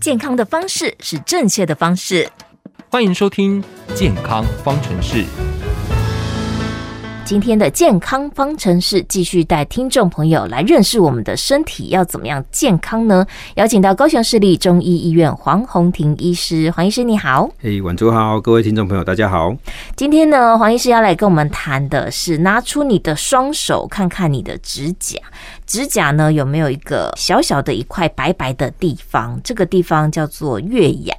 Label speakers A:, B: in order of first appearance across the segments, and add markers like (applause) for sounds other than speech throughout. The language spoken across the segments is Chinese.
A: 健康的方式是正确的方式。
B: 欢迎收听《健康方程式》。
A: 今天的健康方程式继续带听众朋友来认识我们的身体要怎么样健康呢？邀请到高雄市立中医医院黄宏庭医师，黄医师你好。
C: 嘿，晚主好，各位听众朋友，大家好。
A: 今天呢，黄医师要来跟我们谈的是，拿出你的双手看看你的指甲，指甲呢有没有一个小小的一块白白的地方？这个地方叫做月牙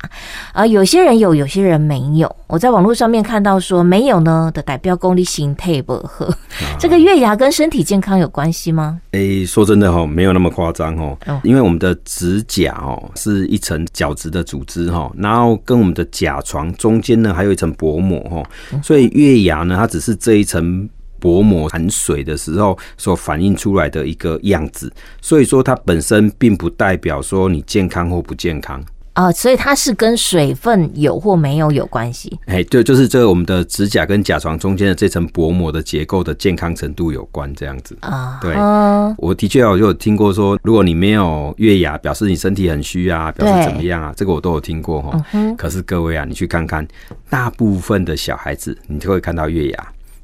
A: 啊、有些人有，有些人没有。我在网络上面看到说没有呢的代表功力形态不合，这个月牙跟身体健康有关系吗？
C: 诶，说真的哈、哦，没有那么夸张哦
A: 哦，
C: 因为我们的指甲哦是一层角质的组织哈、哦，然后跟我们的甲床中间呢还有一层薄膜哈、
A: 嗯
C: 哦，所以月牙呢它只是这一层。薄膜含水的时候所反映出来的一个样子，所以说它本身并不代表说你健康或不健康。
A: 啊、所以它是跟水分有或没有有关系。
C: 哎，对，就是这个我们的指甲跟甲床中间的这层薄膜的结构的健康程度有关，这样子。
A: 啊，
C: 对
A: 嗯
C: 我的确啊我就有听过说，如果你没有月牙，表示你身体很虚啊，表示怎么样啊，这个我都有听过哈。可是各位啊，你去看看，大部分的小孩子，你就会看到月牙；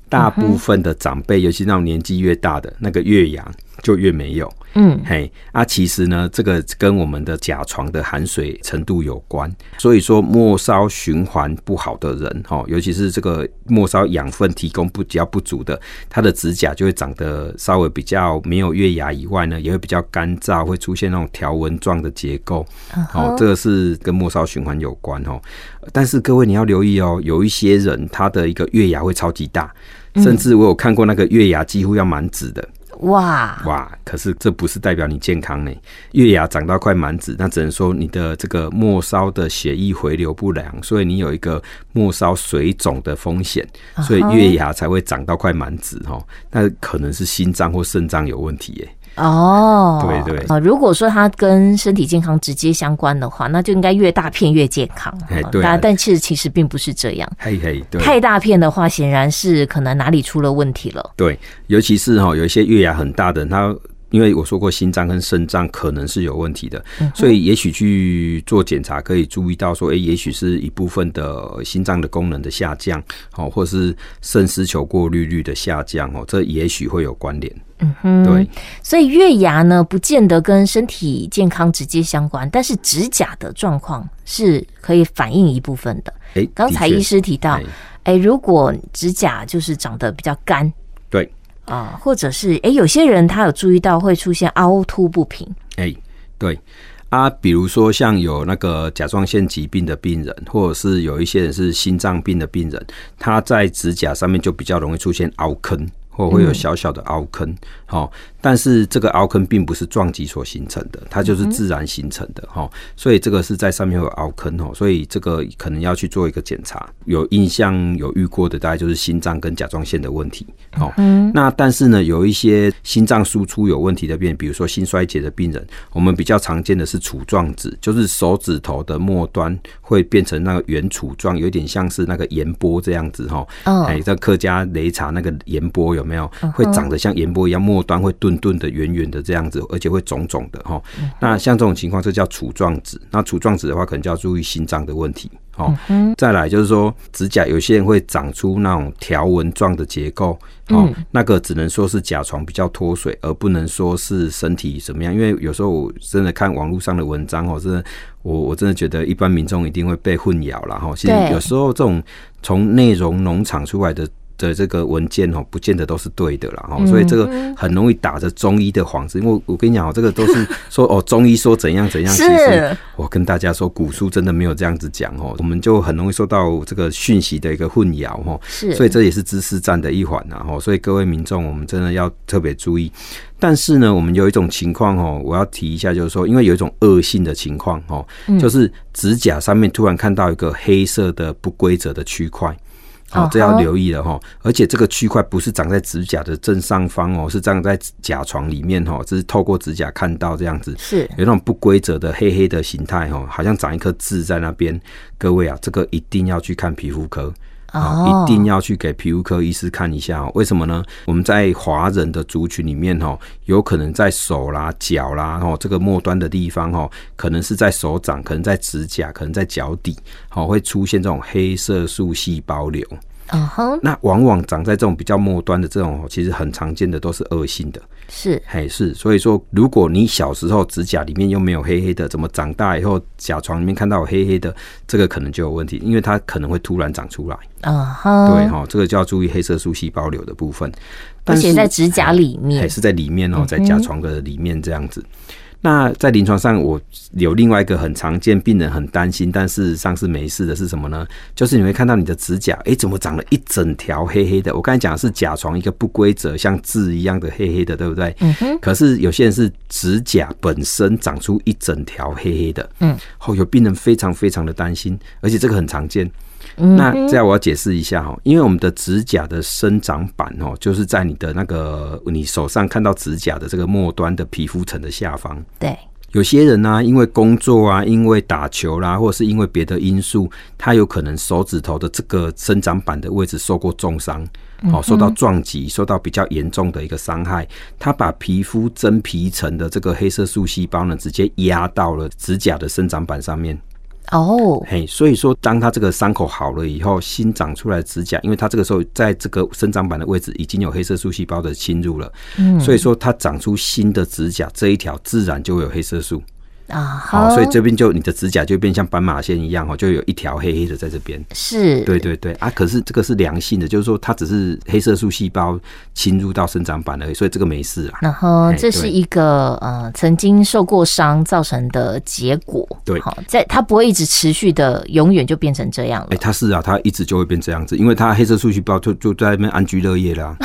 C: 大部分的长辈，尤其那种年纪越大的，那个月牙就越没有。
A: 嗯，
C: 嘿，啊，其实呢，这个跟我们的甲床的含水程度有关，所以说末梢循环不好的人，哈，尤其是这个末梢养分提供不比较不足的，他的指甲就会长得稍微比较没有月牙以外呢，也会比较干燥，会出现那种条纹状的结构，哦，这个是跟末梢循环有关哦。但是各位你要留意哦，有一些人他的一个月牙会超级大，甚至我有看过那个月牙几乎要满指的。
A: 哇，
C: 哇，可是这不是代表你健康呢。月牙长到快满指，那只能说你的这个末梢的血液回流不良，所以你有一个末梢水肿的风险，所以月牙才会长到快满指哈。那可能是心脏或肾脏有问题耶。
A: 哦，
C: 对对
A: 啊、如果说它跟身体健康直接相关的话，那就应该越大片越健康。
C: 哎
A: 啊
C: 对啊
A: 但但是其实并不是这样，
C: 嘿嘿，对。
A: 太大片的话，显然是可能哪里出了问题了。
C: 对，尤其是哈、有一些月牙很大的人，他因为我说过心脏跟肾脏可能是有问题的，
A: 嗯
C: 所以也许去做检查可以注意到说，诶、也许是一部分的心脏的功能的下降，哦，或是肾丝球过滤率的下降，哦，这也许会有关联。嗯对，
A: 所以月牙呢，不见得跟身体健康直接相关，但是指甲的状况是可以反映一部分的。
C: 诶、
A: 刚才
C: 的确
A: 医师提到
C: 哎，
A: 哎、如果指甲就是长得比较干
C: 对，
A: 啊、或者是哎、有些人他有注意到会出现凹凸不平。
C: 哎、对啊，比如说像有那个甲状腺疾病的病人，或者是有一些人是心脏病的病人，他在指甲上面就比较容易出现凹坑。或会有小小的凹坑，好、但是这个凹坑并不是撞击所形成的，它就是自然形成的，哈、所以这个是在上面会有凹坑哦，所以这个可能要去做一个检查。有印象有遇过的，大概就是心脏跟甲状腺的问题，哦，那但是呢，有一些心脏输出有问题的病人，比如说心衰竭的病人，我们比较常见的是杵状指，就是手指头的末端会变成那个圆杵状，有点像是那个盐波这样子哈。
A: 嗯
C: 哎，在客家擂茶那个盐波有没有会长得像盐波一样，末端会钝钝的、圆圆的这样子，而且会肿肿的哈。那像这种情况，这叫杵状指。那杵状指的话，可能就要注意心脏的问题。哦，再来就是说，指甲有些人会长出那种条纹状的结构，哦，那个只能说是甲床比较脱水，而不能说是身体怎么样。因为有时候我真的看网络上的文章哦，真的，我我真的觉得一般民众一定会被混淆了哈。其实
A: 对
C: 有时候这种从内容农场出来的。的这个文件哦，不见得都是对的啦，哦，所以这个很容易打着中医的幌子，因为我我跟你讲哦，这个都是说哦，中医说怎样怎样，其实
A: 是
C: 我跟大家说，古书真的没有这样子讲哦，我们就很容易受到这个讯息的一个混淆哦，
A: 是，
C: 所以这也是知识战的一环啊吼，所以各位民众，我们真的要特别注意。但是呢，我们有一种情况哦，我要提一下，就是说，因为有一种恶性的情况哦，就是指甲上面突然看到一个黑色的不规则的区块。
A: 哦
C: 哦，这要
A: 吼
C: 留意了哈，而且这个区块不是长在指甲的正上方哦，是长在甲床里面哦，这是透过指甲看到这样子。
A: 是
C: 有那种不规则的黑黑的形态哦，好像长一颗痣在那边。各位啊，这个一定要去看皮肤科。
A: 哦
C: 一定要去给皮肤科医师看一下哦。为什么呢？我们在华人的族群里面哦，有可能在手啦、脚啦哦这个末端的地方哦，可能是在手掌，可能在指甲，可能在脚底，哦会出现这种黑色素细胞瘤。
A: 嗯哼，
C: 那往往长在这种比较末端的这种哦，其实很常见的都是恶性的。
A: 是
C: 嘿，是，所以说，如果你小时候指甲里面又没有黑黑的，怎么长大以后甲床里面看到有黑黑的，这个可能就有问题，因为它可能会突然长出来。
A: 嗯哼，
C: 对哦哈、这个就要注意黑色素细胞瘤的部分。
A: 而
C: 但
A: 且
C: 是哎
A: 在指甲里面嗯
C: 还，是在里面哦，在甲床的里面这样子。那在临床上，我有另外一个很常见，病人很担心，但事实上是没事的，是什么呢？就是你会看到你的指甲，诶，怎么长了一整条黑黑的？我刚才讲的是甲床一个不规则，像痣一样的黑黑的，对不对？
A: 嗯哼，
C: 可是有些人是指甲本身长出一整条黑黑的，
A: 嗯，
C: 哦，有病人非常非常的担心，而且这个很常见。
A: 嗯
C: 那这样我要解释一下哈，因为我们的指甲的生长板哦，就是在你的那个你手上看到指甲的这个末端的皮肤层的下方。
A: 对，
C: 有些人呢、因为工作啊，因为打球啦、或者是因为别的因素，他有可能手指头的这个生长板的位置受过重伤，哦，受到撞击，受到比较严重的一个伤害，他把皮肤真皮层的这个黑色素细胞呢，直接压到了指甲的生长板上面。
A: 哦，
C: 嘿，所以说，当他这个伤口好了以后，新长出来的指甲，因为他这个时候在这个生长板的位置已经有黑色素细胞的侵入了，嗯，所以说它长出新的指甲这一条自然就会有黑色素，
A: 啊
C: 好、
A: 哈，
C: 所以这边就你的指甲就变像斑马线一样哦，就有一条黑黑的在这边。
A: 是，
C: 对对对啊，可是这个是良性的，就是说它只是黑色素细胞侵入到生长板而已，所以这个没事啦。
A: 然后
C: 哎
A: 嗯这是
C: 对
A: 一个呃曾经受过伤造成的结果，
C: 对
A: 好，在它不会一直持续的，永远就变成这样了
C: 哎、。它是啊，它一直就会变这样子，因为它黑色素细胞就就在那边安居乐业啦。
A: (laughs)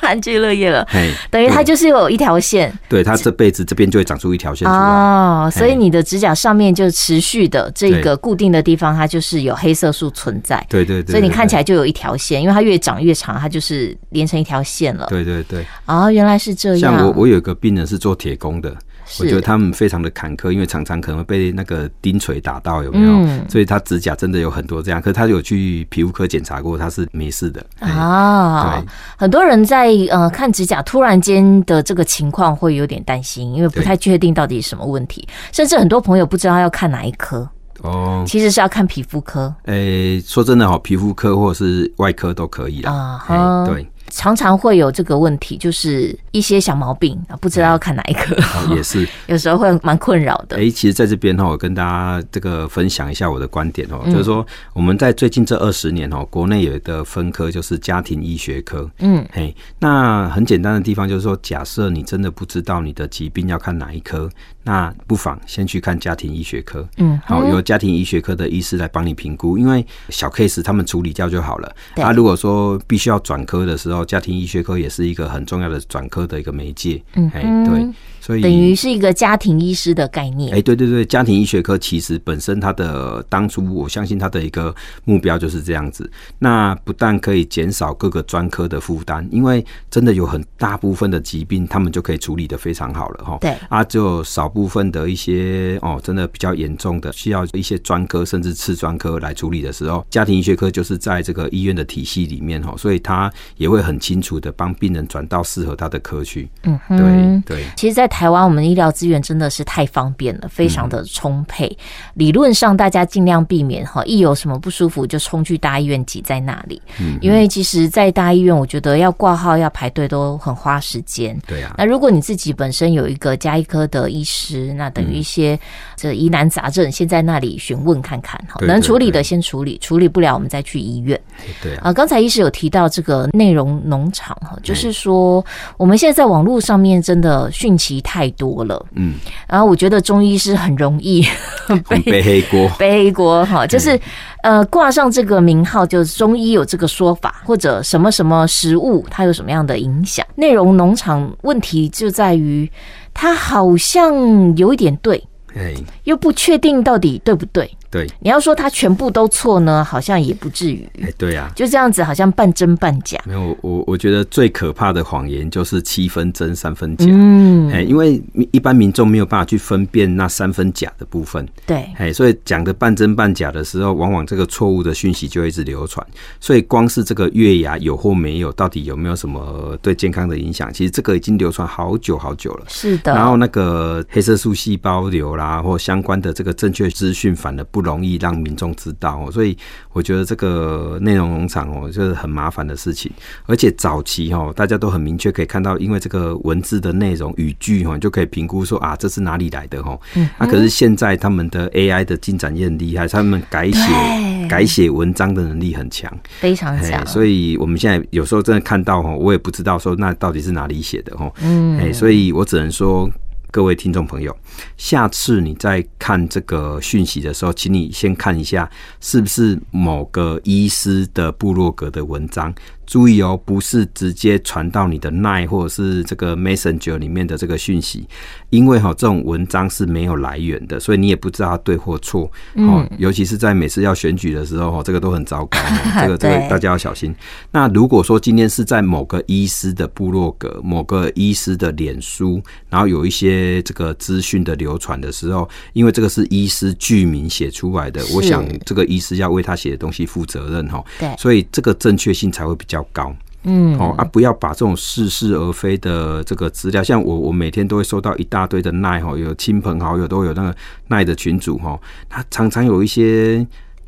A: 安居乐业了，
C: (laughs) 嘿，
A: 等于它
C: 哎对
A: 就是有一条线
C: 对，它这辈子这边就会长出一条线出来。
A: 哦，所以
C: 嘿
A: 你的指甲上面就持续的这
C: 对
A: 个固定的地方，它就是有黑色素存在，
C: 对对对，
A: 所以你看起
C: 来，
A: 来就有一条线，因为它越长越长，它就是连成一条线了。
C: 对对对，
A: 哦，原来是这样。
C: 像我我有个病人是做铁工的，
A: 是
C: 我觉得他们非常的坎坷，因为常常可能会被那个钉锤打到，有没有？
A: 嗯
C: 所以他指甲真的有很多这样，可是他有去皮肤科检查过，他是没事的。哎
A: 啊
C: 对，
A: 很多人在呃看指甲，突然间的这个情况会有点担心，因为不
C: 对
A: 太确定到底是什么问题，甚至很多朋友不知道要看哪一科，
C: 哦，
A: 其实是要看皮肤科
C: 诶、说真的哦，皮肤科或者是外科都可以啦。
A: 啊。
C: 哎
A: 哈，
C: 对，
A: 常常会有这个问题，就是一些小毛病啊，不知道要看哪一科，
C: 哦也是。
A: (laughs) 有时候会蛮困扰的。
C: 哎、其实在这边哈，我跟大家这个分享一下我的观点哦，
A: 嗯
C: 就是说我们在最近这二十年哦，国内有一个分科就是家庭医学科，
A: 嗯，
C: 嘿，那很简单的地方就是说，假设你真的不知道你的疾病要看哪一科，那不妨先去看家庭医学科，
A: 嗯，
C: 好，由家庭医学科的医师来帮你评估，因为小 case 他们处理掉就好了。
A: 对
C: 啊，如果说必须要转科的时候，家庭医学科也是一个很重要的转科的一个媒介，嗯，哎，对，所以
A: 等于是一个家庭医师的概
C: 哎、
A: 念。
C: 对对对，家庭医学科其实本身它的当初，我相信它的一个目标就是这样子。那不但可以减少各个专科的负担，因为真的有很大部分的疾病，他们就可以处理的非常好了哈。
A: 对
C: 啊，就少部分的一些哦，真的比较严重的，需要一些专科甚至次专科来处理的时候，家庭医学科就是在这个医院的体系里面哈，所以它也会很清楚的帮病人转到适合他的科去。
A: 嗯
C: 对、
A: 哼。
C: 对。
A: 其实，在台湾，我们的医疗资源真的是太方便了，非常
C: 嗯
A: 的充沛。理论上，大家尽量避免哈，一有什么不舒服就冲去大医院挤在那里。
C: 嗯
A: 因为其实，在大医院，我觉得要挂号、要排队都很花时间。
C: 对啊，
A: 那如果你自己本身有一个加医科的医师，那等于一些
C: 嗯
A: 这疑难杂症，先在那里询问看看哈，
C: 对
A: 能
C: 对
A: 处理
C: 对
A: 的先处理，处理不了我们再去医院。
C: 对啊，
A: 啊，刚才医师有提到这个内容农场哈，就是说我们现在在网络上面真的讯息太多了，
C: 嗯，
A: 然后我觉得中医师很容易 (laughs) 嗯
C: 很背黑锅。
A: 背锅哈，就是呃挂上这个名号，就是中医有这个说法，或者什么什么食物它有什么样的影响。内容农场问题就在于它好像有一点对，
C: 哎，
A: 又不确定到底对不对。
C: 对，
A: 你要说他全部都错呢，好像也不至于，
C: 哎、对啊，
A: 就这样子，好像半真半假。
C: 没有，我我觉得最可怕的谎言就是七分真三分假，
A: 嗯，
C: 哎、因为一般民众没有办法去分辨那三分假的部分，
A: 对，
C: 哎，所以讲的半真半假的时候，往往这个错误的讯息就会一直流传。所以光是这个月牙有或没有，到底有没有什么对健康的影响，其实这个已经流传好久好久了。
A: 是
C: 然
A: 的，
C: 后那个黑色素细胞瘤啦，或相关的这个正确资讯，反而不容易让民众知道、哦，所以我觉得这个内容农场哦，就是很麻烦的事情。而且早期哦，大家都很明确可以看到，因为这个文字的内容语句哦，你就可以评估说啊，这是哪里来的哦。
A: 嗯
C: 那、可是现在他们的 AI 的进展也很厉害，他们改写
A: 对
C: 改写文章的能力很强。
A: 非常
C: 哎，
A: 假。
C: 所以我们现在有时候真的看到哦，我也不知道说那到底是哪里写的哦。嗯，哎，所以我只能说。各位听众朋友，下次你在看这个讯息的时候，请你先看一下是不是某个医师的部落格的文章。注意哦，不是直接传到你的 Line 或者是这个 Messenger 里面的这个讯息，因为哈、这种文章是没有来源的，所以你也不知道它对或错。
A: 嗯
C: 哦，尤其是在每次要选举的时候，哦这个都很糟
A: (laughs)
C: 糕。哦这个这个
A: 对
C: 大家要小心。那如果说今天是在某个医师的部落格、某个医师的脸书，然后有一些这个资讯的流传的时候，因为这个是医师剧名写出来的，
A: 是
C: 我想这个医师要为他写的东西负责任哈。
A: 对
C: 所以这个正确性才会比较高。
A: 嗯，
C: 哦啊，不要把这种似是而非的这个资料，像我我每天都会收到一大堆的奈哈，有亲朋好友都有那个奈的群主哈，他常常有一些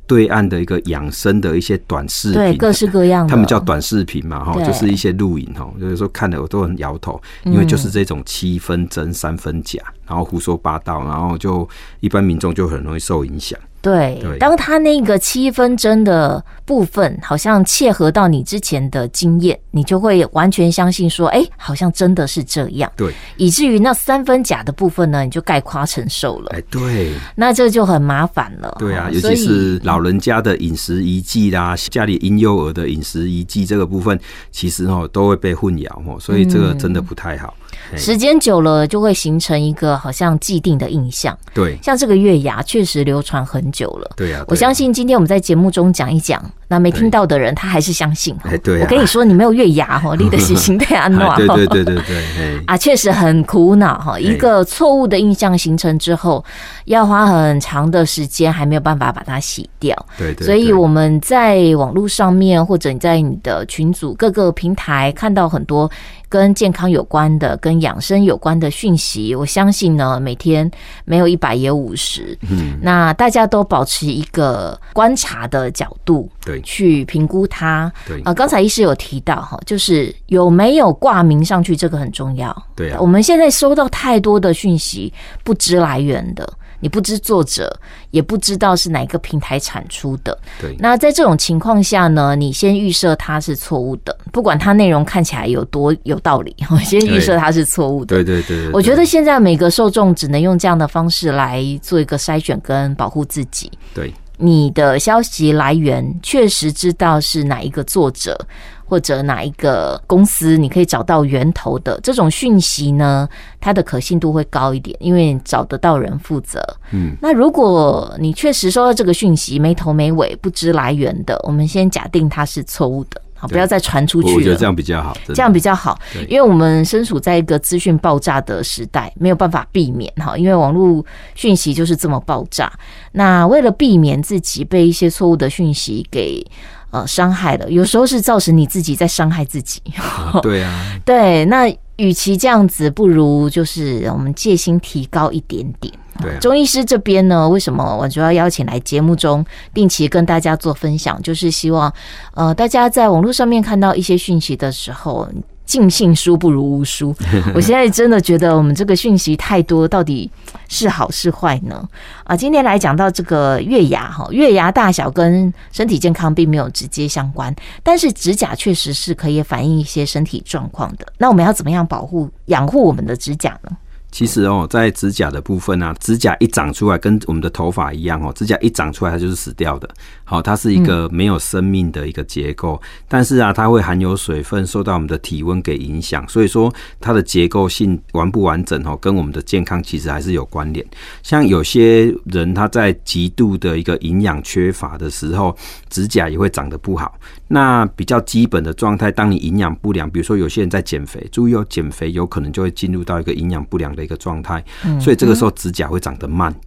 C: 对岸的一个养生的一些短视
A: 对，
C: 频，
A: 各式各样的，
C: 他们叫短视频嘛哈，
A: 对嗯
C: 就是一些录影哈，有时候看了我都很摇头，因为就是这种七分真三分假，然后胡说八道，然后就一般民众就很容易受影响。
A: 对
C: 对。
A: 当他那个七分真的部分，好像切合到你之前的经验，你就会完全相信说，哎，好像真的是这样，
C: 对，
A: 以至于那三分假的部分呢，你就概括承受了。
C: 哎，对。
A: 那这就很麻烦了。
C: 对啊
A: 哦，
C: 尤
A: 所
C: 其
A: 以
C: 是老人家的饮食遗迹啦，家里婴幼儿的饮食遗迹这个部分，其实哦都会被混淆哦，所以这个真的不太好。哎
A: 时间久了就会形成一个好像既定的印象，
C: 对
A: 像这个月牙确实流传很久了。
C: 对啊，
A: 我
C: 对啊
A: 相。信今天我们在节目中讲一讲，那没听到的人他还是相信哦。
C: 哎对啊
A: 我跟你说，你没有月牙
C: (laughs)
A: 哦，你的心情太安暖
C: 哎对对哎对对对，哎，
A: 啊，确实很苦恼哈。一个错误的印象形成之后，要花很长的时间，还没有办法把它洗掉。
C: 对对，
A: 所以
C: 对
A: 我们在网络上面，或者你在你的群组各个平台看到很多跟健康有关的、跟养生有关的讯息，我相信呢，每天没有一百也有五十。嗯，那大家都保持一个观察的角度
C: 对
A: 去评估它。
C: 对
A: 啊，刚才医师有提到哈，就是有没有挂名上去，这个很重要。
C: 对啊
A: 我们现在收到太多的讯息，不知来源的，你不知作者，也不知道是哪个平台产出的。
C: 对
A: 那在这种情况下呢，你先预设它是错误的，不管它内容看起来有多有道理， (laughs) 先预设它是错误的。
C: 对对对对，
A: 我觉
C: 对
A: 得现在每个受众只能用这样的方式来做一个筛选跟保护自己。
C: 对
A: 你的消息来源确实知道是哪一个作者或者哪一个公司，你可以找到源头的这种讯息呢，它的可信度会高一点，因为你找得到人负责。嗯，那如果你确实收到这个讯息没头没尾、不知来源的，我们先假定它是错误的，好，不要再传出去
C: 我
A: 了。
C: 我觉得这样比较好，真的
A: 这样比较好
C: 对，
A: 因为我们身处在一个资讯爆炸的时代，没有办法避免哈，因为网络讯息就是这么爆炸。那为了避免自己被一些错误的讯息给呃伤害了，有时候是造成你自己在伤害自己。
C: 啊对啊，
A: 对，那与其这样子，不如就是我们戒心提高一点点。
C: 对啊，
A: 中医师这边呢，为什么我主要邀请来节目中定期跟大家做分享，就是希望呃大家在网络上面看到一些讯息的时候。尽信书不如无
C: (laughs)
A: 书。我现在真的觉得我们这个讯息太多，到底是好是坏呢？啊，今天来讲到这个月牙哈，月牙大小跟身体健康并没有直接相关，但是指甲确实是可以反映一些身体状况的。那我们要怎么样保护、养护我们的指甲呢？
C: 其实哦，在指甲的部分啊，指甲一长出来跟我们的头发一样哦，指甲一长出来它就是死掉的。好，它是一个
A: 嗯
C: 没有生命的一个结构，但是啊，它会含有水分，受到我们的体温给影响，所以说它的结构性完不完整哦，跟我们的健康其实还是有关联。像有些人他在极度的一个营养缺乏的时候，指甲也会长得不好。那比较基本的状态，当你营养不良，比如说有些人在减肥，注意哦，减肥有可能就会进入到一个营养不良的一个状态，所以这个时候指甲会长得慢。哦
A: 嗯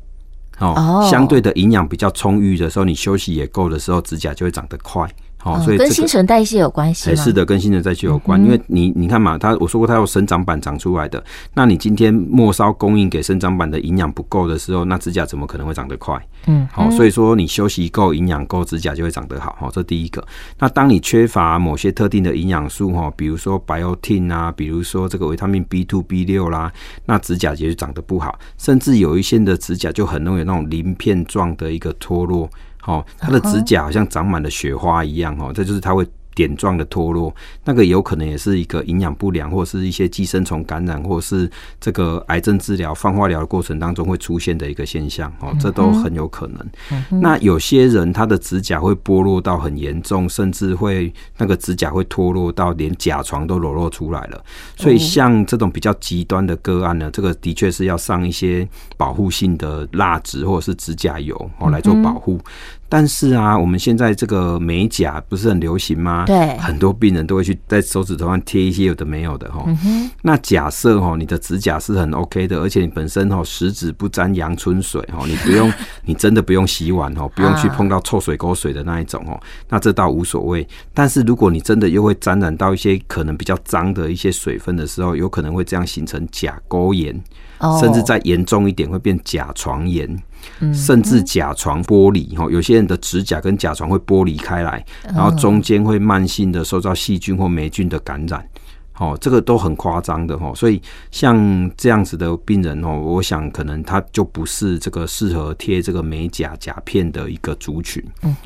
A: 哦，
C: 相对的营养比较充裕的时候，你休息也够的时候，指甲就会长得快。哦，所以
A: 嗯
C: 这
A: 跟
C: 个。
A: 新陈代谢有关系
C: 哎，
A: 吗？
C: 是的，跟新陈代谢有关，因为你你看嘛，它我说过它有生长板长出来的，那你今天末梢供应给生长板的营养不够的时候，那指甲怎么可能会长得快？
A: 嗯，
C: 好、所以说你休息够、营养够，指甲就会长得好。好、这第一个。那当你缺乏某些特定的营养素，哈、比如说 biotin 啊，比如说这个维他命 B two、B 六啦，那指甲也就长得不好，甚至有一些人的指甲就很容易有那种鳞片状的一个脱落。好、它的指甲好像长满了雪花一样，哦，这就是它会点状的脱落，那个有可能也是一个营养不良，或者是一些寄生虫感染，或者是这个癌症治疗、放化疗的过程当中会出现的一个现象哦，这都很有可能。那有些人他的指甲会剥落到很严重，甚至会那个指甲会脱落到连甲床都裸露出来了。所以像这种比较极端的个案呢，这个的确是要上一些保护性的蜡质或者是指甲油哦来做保护。但是啊，我们现在这个美甲不是很流行吗？
A: 对
C: 啊很多病人都会去在手指头上贴一些有的没有的哈。那假设哈，你的指甲是很 OK 的，而且你本身哈十指不沾阳春水哈，你不用，你真的不用洗碗哦，不用去碰到臭水沟水的那一种哦，那这倒无所谓。但是如果你真的又会沾染到一些可能比较脏的一些水分的时候，有可能会这样形成甲沟炎。
A: 哦
C: 甚至再严重一点会变甲床炎，甚至甲床剥离哈。有些人的指甲跟甲床会剥离开来，然后中间会慢性的受到细菌或霉菌的感染。哦，这个都很夸张的哦，所以像这样子的病人哦，我想可能他就不是这个适合贴这个美甲甲片的一个族群，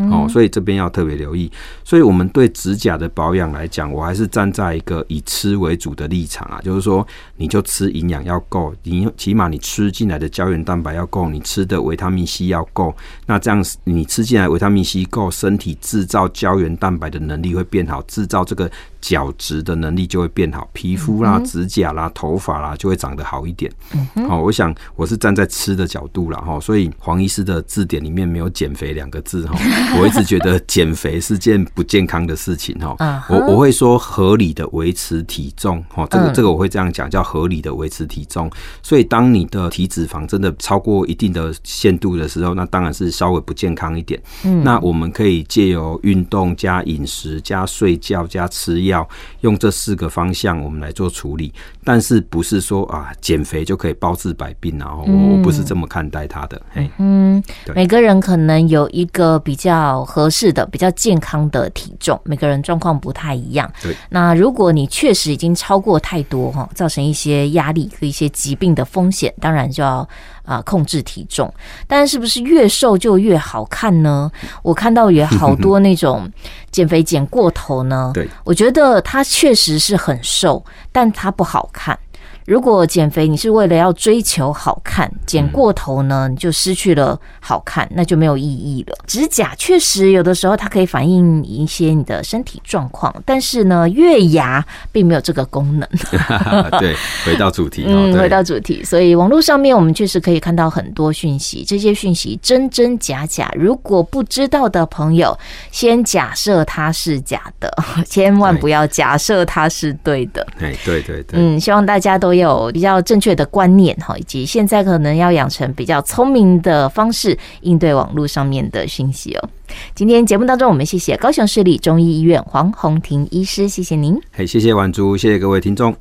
C: 哦，所以这边要特别留意。所以我们对指甲的保养来讲，我还是站在一个以吃为主的立场啊，就是说你就吃营养要够，你起码你吃进来的胶原蛋白要够，你吃的维他命 C 要够，那这样你吃进来维他命 C 够，身体制造胶原蛋白的能力会变好，制造这个角质的能力就会变好，皮肤啦、指甲啦、头发啦就会长得好一点。
A: 嗯
C: 好、我想我是站在吃的角度啦，哈，所以黄医师的字典里面没有减肥两个字哈，我一直觉得减肥是件不健康的事情哈
A: 嗯，
C: 我
A: 哼
C: 我会说合理的维持体重哈，这个
A: 嗯
C: 这个我会这样讲叫合理的维持体重，所以当你的体脂肪真的超过一定的限度的时候，那当然是稍微不健康一点，
A: 嗯
C: 那我们可以借由运动加饮食加睡觉加吃药，用这四个方向我们来做处理，但是不是说啊减肥就可以包治百病啊？哦我我不是这么看待它的。嘿，
A: 嗯，
C: 对
A: 每个人可能有一个比较合适的、比较健康的体重，每个人状况不太一样。
C: 对，
A: 那如果你确实已经超过太多哈，造成一些压力和一些疾病的风险，当然就要啊、呃控制体重。但是不是越瘦就越好看呢？我看到有好多那种减肥减过头呢，
C: 对，
A: 我觉得他确实是很瘦，但他不好看。如果减肥你是为了要追求好看，减过头呢，你就失去了好看，那就没有意义了。指甲确实有的时候它可以反映一些你的身体状况，但是呢，月牙并没有这个功能。
C: (laughs) 对，回到主题哦，
A: 嗯，
C: 对
A: 回到主题，所以网络上面我们确实可以看到很多讯息，这些讯息真真假假。如果不知道的朋友，先假设它是假的， (laughs) 千万不要假设它是对的。
C: 哎，对对对，
A: 嗯，希望大家都有比较正确的观念哈，以及现在可能要养成比较聪明的方式应对网络上面的讯息哦。今天节目当中，我们谢谢高雄市立中医医院黄宏庭医师，谢谢您。
C: 嘿，谢谢婉珠，谢谢各位听众。